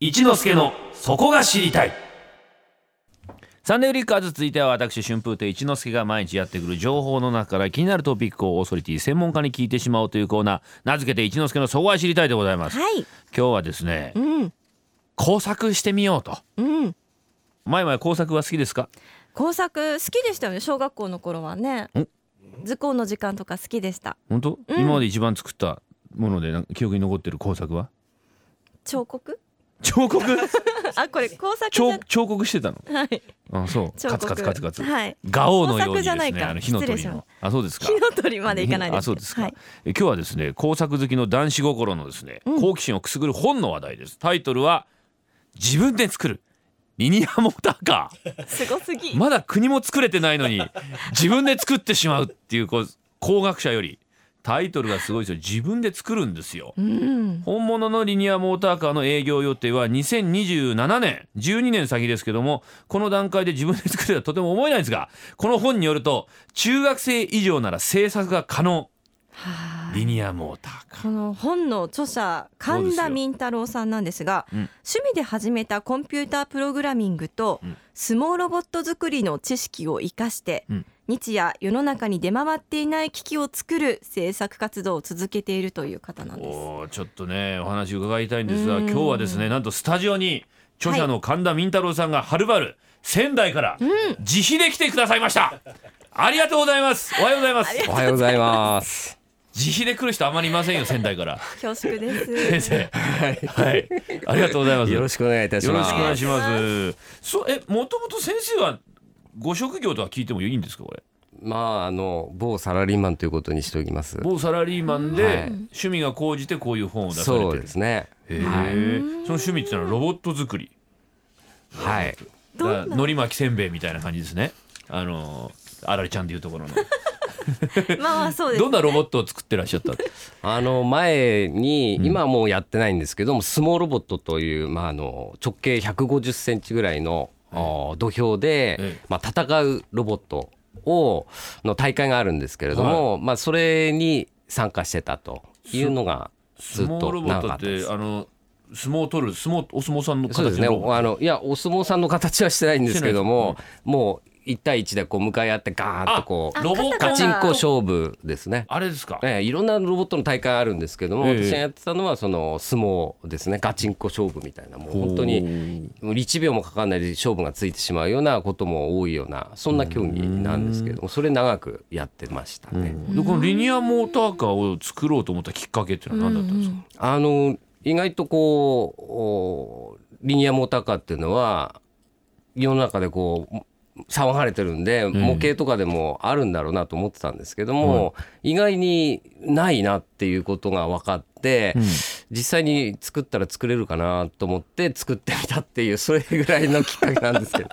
一之助のそこが知りたいサンデーウィークアーズ続いては私春風亭一之輔が毎日やってくる情報の中から気になるトピックをオーソリティ専門家に聞いてしまおうというコーナー名付けて一之輔のそこが知りたいでございます、はい。今日はですねうん。工作してみようとうん。前々工作は好きですか工作好きでしたよね。小学校の頃はねん。図工の時間とか好きでした。本当、うん今まで一番作ったものでなんか記憶に残ってる工作は 彫刻？彫刻あ、これ工作じゃ。 彫彫刻してたのはい。あそう彫刻カツカツカツカツ、はい。ガオのようにで工作じすゃないねかあの火の鳥失礼しのあそうですか火の鳥までいかない ですけど。あそうですか、はい。え今日はですね工作好きの男子心のですね、うん好奇心をくすぐる本の話題ですタイトルは自分で作るリニアモーターカーすごすぎ。まだ国も作れてないのに自分で作ってしまうっていうこう工学者よりタイトルがすごいですよ自分で作るんですようん。本物のリニアモーターカーの営業予定は2027年12年先ですけどもこの段階で自分で作るとはとても思えないんですがこの本によると中学生以上なら制作が可能はい。リニアモーターカーこの本の著者そうで神すよ田民太郎さんなんですが、うん趣味で始めたコンピュータープログラミングとうん相撲ロボット作りの知識を生かして、うん日夜世の中に出回っていない機器を作る制作活動を続けているという方なんです。おーちょっとねお話伺いたいんですがうん今日はですねなんとスタジオに著者の神田民太郎さんがはるばる仙台から自費で来てくださいました、ありがとうございますおはようございますおはようございます。自費で来る人あまりいませんよ仙台 から恐縮で先す。生はいありがとうございますよろしくお願いいたしよろましす。くお願いしますそうえもともと先生はご職業とは聞いてもいいんですかこれまああの某サラリーマンということにしておきます。某サラリーマンはいで趣味が高じてこういう本を出されてるそうですね。へえ、その趣味っていうのはロボット作りはい。だどんなからのり巻きせんべいみたいな感じですねあのーあられちゃんでいうところの まあまあそうですどん。なロボットを作ってらっしゃったのあの前に今はもうやってないんですけども、相撲ロボットというまああの直径150センチぐらいの、あー土俵で、ええまあ戦うロボットをの大会があるんですけれども、まあそれに参加してたというのがず相撲っとロボッ長トかっったでてす。あの相撲を取る相撲お相撲さんのそうです形ね。のロボットあのいやお相撲さんの形はしてないんですけども、もう一対一でこう向かい合ってガーンとこあうロボあコガンチンコ勝負ですね。あれですか、ええいろんなロボットの大会あるんですけども、ええ私がやってたのはその相撲ですねガチンコ勝負みたいなもうほう本当にもう1秒もかかんないで勝負がついてしまうようなことも多いようなそんな競技なんですけどもそれ長くやってましたね。でこのリニアモーターカーを作ろうと思ったきっかけっていうのは何だったんですか、あの意外とこうおリニアモーターカーっていうのは世の中でこう騒がれてるんで、模型とかでもあるんだろうなと思ってたんですけども、意外にないなっていうことが分かって、実際に作ったら作れるかなと思って作ってみたっていうそれぐらいのきっかけなんです けど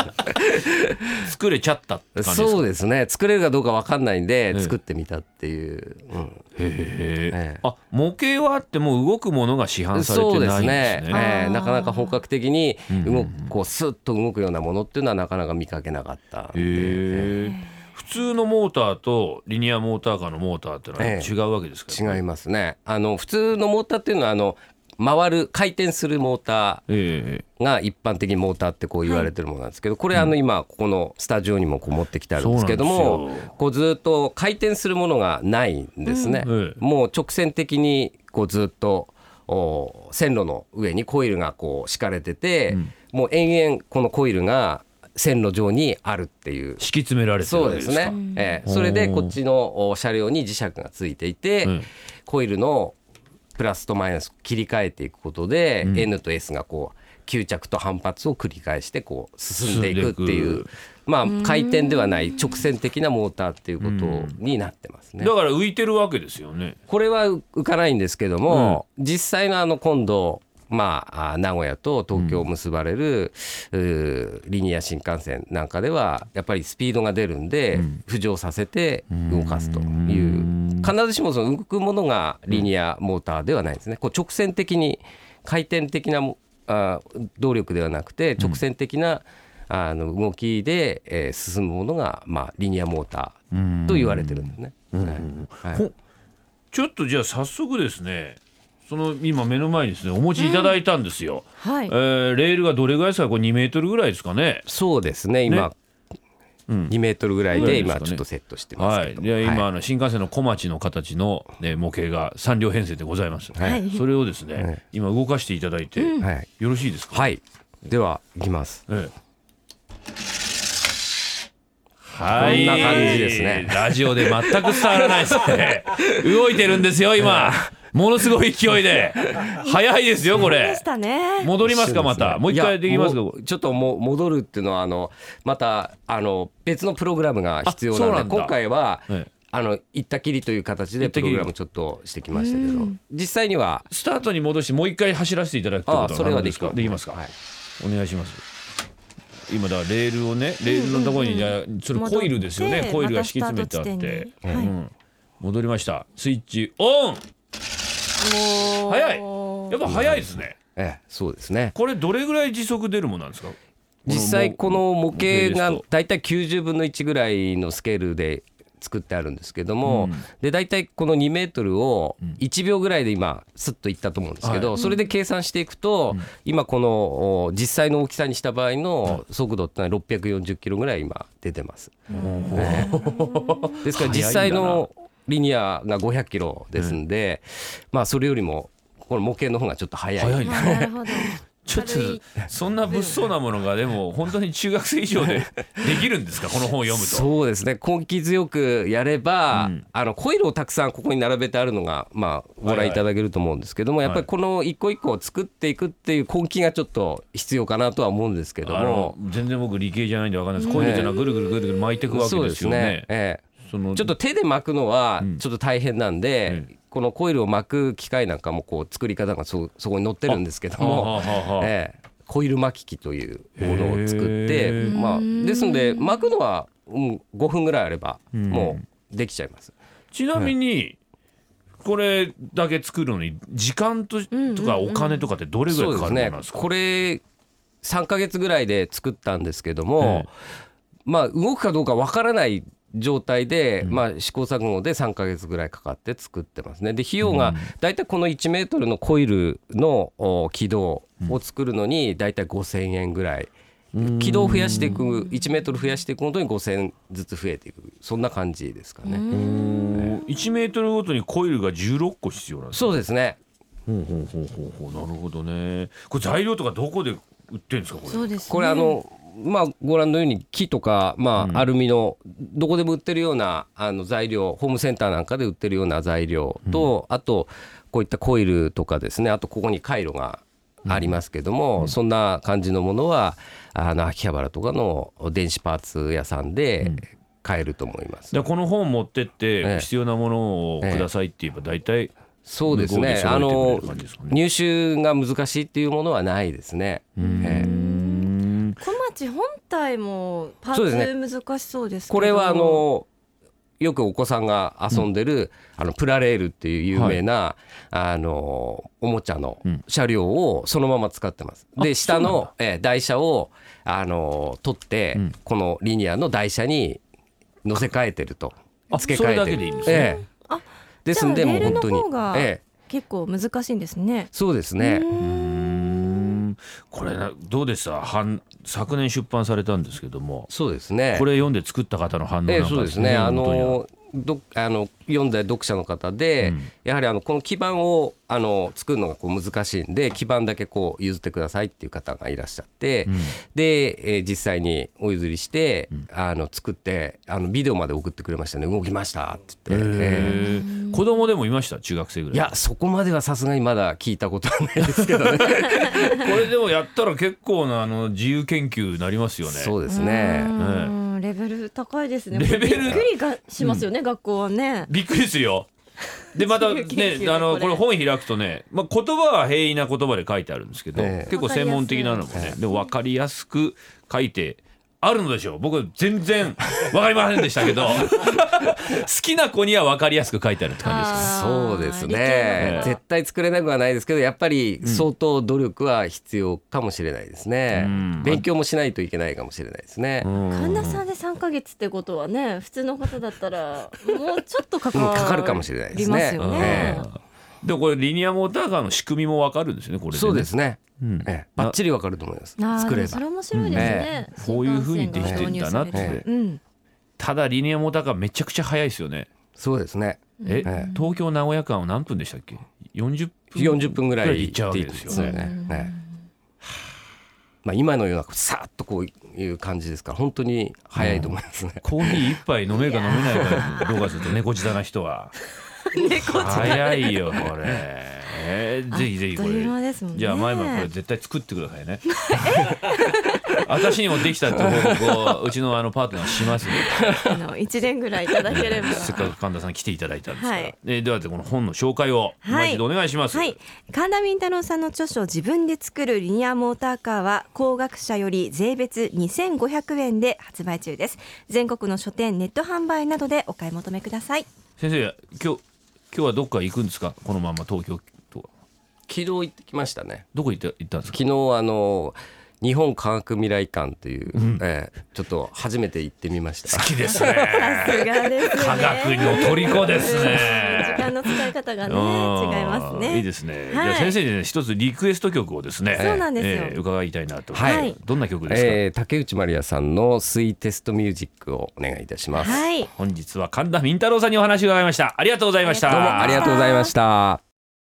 作れちゃったって感じですかそうですね作れるかどうか分かんないんでえ作ってみたっていう、うんへえええあ模型はあっても動くものが市販されそうてでないすんねですねえあーえなかなか本格的にんうんう動くこうスッと動くようなものっていうのはなかなか見かけなかったへえ普通のモーターとリニアモーターカーのモーターってのはええ違うわけですから、違いますねあの普通のモーターっていうのはあの回る回転するモータえーが一般的にモーターってこう言われてるものなんですけどこれあの今ここのスタジオにもこう持ってきてあるんですけどそうもなんですよこうずっと回転するものがないんですねうんええもう直線的にこうずっとお線路の上にコイルがこう敷かれててんもう延々このコイルが線路上にあるっていう敷き詰められてるそわうけでですすかね、ええそれでこっちのお車両に磁石がついていて、うんコイルのプラスとマイナス切り替えていくことで、N と S がこう吸着と反発を繰り返してこう進んでいくって進んいでいうまあ回転ではない直線的なモーターっていうことになってますねだ。から浮いてるわけですよねこれは浮かないんですけども、実際のあの今度まああ名古屋と東京を結ばれる、うーリニア新幹線なんかではやっぱりスピードが出るんで、浮上させて動かすという、必ずしもその動くものがリニアモーターではないですね。こう直線的に回転的なもあ動力ではなくて直線的な、あの動きで、えー進むものが、まあ、リニアモーターと言われてるんですね。はいはいほちょっとじゃあ早速ですねその今目の前にですねお持ちいただいたんですよ、はいえ。ーレールがどれぐらいですかこれ2メートルぐらいですかねそうですね今うん2メートルぐらいぐらでいですか今ねちょっとセットしてますはけいどで今、はあの新幹線の小町の形の、ね、模型が3両編成でございます、はいそれをですね、はい今動かしていただいて、いよはいろしいですか、はいではいきますええはい、こんな感じですねラジオで全く伝わらないですね動いてるんですよ今ものすごい勢いで早いですよこでれしたね。戻りますかまたもう一回できますいかやもうちょっともう戻るっていうのはあのまたあの別のプログラムが必要あそうななんんでだ今回は、ええあの行ったきりという形でったきプロりグラムちょっとしてきましたけど実際にはスタートに戻してもう一回走らせていただくってこあとそれはなんでですきかるできますか、はいお願いします今だからレールをねレールのところにじゃあそれコイルですよ戻っねてコイルが敷き詰めてあって、またスタート地点にうん戻りましたスイッチオン早いやっぱ早いですねええそうですねこれどれぐらい時速出るもんなんですか実際この模型模が型だいたい90分の1ぐらいのスケールで作ってあるんですけども、でだいたいこの2メートルを1秒ぐらいで今スッといったと思うんですけど、それで計算していくと、今このお実際の大きさにした場合の速度ってのは640キロぐらい今出てます。ええですから実際のリニアが500キロですんで、まあそれよりもこの模型の方がちょっと速い。早いな あなるほど。ちょっと軽いそんな物騒なものがでも本当に中学生以上で できるんですかこの本を読むと。そうですね根気強くやれば、うんあのコイルをたくさんここに並べてあるのが、まあ、ご覧いただけると思うんですけども、はいやっぱりこの一個一個を作っていくっていう根気がちょっと必要かなとは思うんですけどあのも。全然僕理系じゃないんでわかんないです。こういうのじゃなくぐるぐるぐるぐる巻いていくわけそうですよね。えそのえ、ちょっと手で巻くのはんちょっと大変なんで、このコイルを巻く機械なんかもこう作り方がそそこに載ってるんですけども、はあはあはあええ、コイル巻き機というものを作っへて、ーまあ、ですので巻くのは、うん、5分ぐらいあればもうできちゃいます。ちなみにこれだけ作るのに時間ととかお金とかってどれぐらいかかるものなんですか。これ3ヶ月ぐらいで作ったんですけども、まあ動くかどうかわからない状態で、まあ、試行錯誤で3ヶ月ぐらいかかって作ってますねで費用がだいたいこの1メートルのコイルのお軌道を作るのにだいたい5,000円ぐらい。軌道を増やしていく1メートル増やしていくごとに5,000ずつ増えていくそんな感じですかね。 1メートルごとにコイルが16個必要なんですか。そうですねほうほうほうほうほうなるほどね。これ材料とかどこで売ってるんですかこれ。そうです、ね。これあのまあご覧のように木とかまあアルミのどこでも売ってるようなあの材料ホームセンターなんかで売ってるような材料とあとこういったコイルとかですねあとここに回路がありますけどもそんな感じのものはあの秋葉原とかの電子パーツ屋さんで買えると思います。でこの本持ってって、ええ必要なものをくださいって言えば大体そうですね向あこうで揃えてくれるの感じですかね入手が難しいっていうものはないですね。ええ小町本体もパそうですーツ難しそうですけど。これはあのよくお子さんが遊んでる、あのプラレールっていう有名な、あのおもちゃのうん車両をそのまま使ってます。で下の、えー台車をあの取って、うんこのリニアの台車に乗せ替えてるとあ付け替えてそれだけるでいいんですねええあですんでじゃあもう本当にレールの方がええ結構難しいんですね。そうですね。うんこれなどうでした反昨年出版されたんですけどもそうですね。これ読んで作った方の反応なんかええですね、そうですね。あ本当にはのどあの読んだ読者の方で、うんやはりあのこの基盤をあの作るのがこう難しいんで基盤だけこう譲ってくださいっていう方がいらっしゃって、んで、えー実際にお譲りして、あの作ってあのビデオまで送ってくれましたね動きましたって言って。ええへえ子供でもいました中学生ぐらいいやそこまではさすがにまだ聞いたことはないですけどね これでもやったら結構なあの自由研究になりますよねそうですうねーんレベル高いですね。レベルこれびっくりがしますよね、学校はね。びっくりするよでまたね自由研究だあのここれれ本開くとね、まあ、言葉は平易な言葉で書いてあるんですけど、ええ結構専門的なのもねでも分かりやすく書いてあるのでしょう僕全然分かりませんでしたけ ど好きな子には分かりやすく書いてあるって感じですかねそうです理系のね方絶対作れなくはないですけどやっぱり相当努力は必要かもしれないですね、うん勉強もしないといけないかもしれないですね、神田さんで3ヶ月ってことはね普通の方だったらもうちょっとかうんかかかるかもしれないですねりますよねええでこれリニアモーターカーの仕組みもわかるんですよねこれでねそうですね、うんええ、ばっちりわかると思いますあー作れそばれ面白いですね、うんこういう風にできてんだなっ新て幹線が導入されえるえうん、ただリニアモーターカーめちゃくちゃ速いですよねそうですねえ、ええ東京名古屋間は何分でしたっけ40分40分ぐらでい行っちゃうわけですよ行っていくねんですよね。ねまあ、今のようなさーっとこういう感じですから本当に早いと思いますね。コーヒー一杯飲めるか飲めないかどうかすると猫舌な人は猫ち ゃん早いよこ れ、えーぜひぜひあこっという間れですもんねじゃあ前々これ絶対作ってくださいね 私にもできたって報告をうちのあのパートナーしますねあの一年ぐらいいただけれ ばせっかく神田さん来ていただいたんですから、はいえーではこの本の紹介をは今い一度お願いします、はい、神田敏太郎さんの著書「自分で作るリニアモーターカー」は高額者より税別2500円で発売中です全国の書店ネット販売などでお買い求めください先生今日今日はどっか行くんですかこのまま東京とか昨日行ってきましたねどこ行った行ったん ですか昨日あの日本科学未来館という、ええちょっと初めて行ってみました。 好きですねさすがですね科学の虜です 時間ねの使い方がねうん違いますねいいですね、いじゃあ先生にね一つリクエスト曲をですねそうなんですよえー伺いたいなと、ははいい、どんな曲ですか、ええ竹内まりやさんのスイーテストミュージックをお願いいたします。はい本日は神田敏太郎さんにお話を伺いましたありがとうございましたどうもありがとうございました。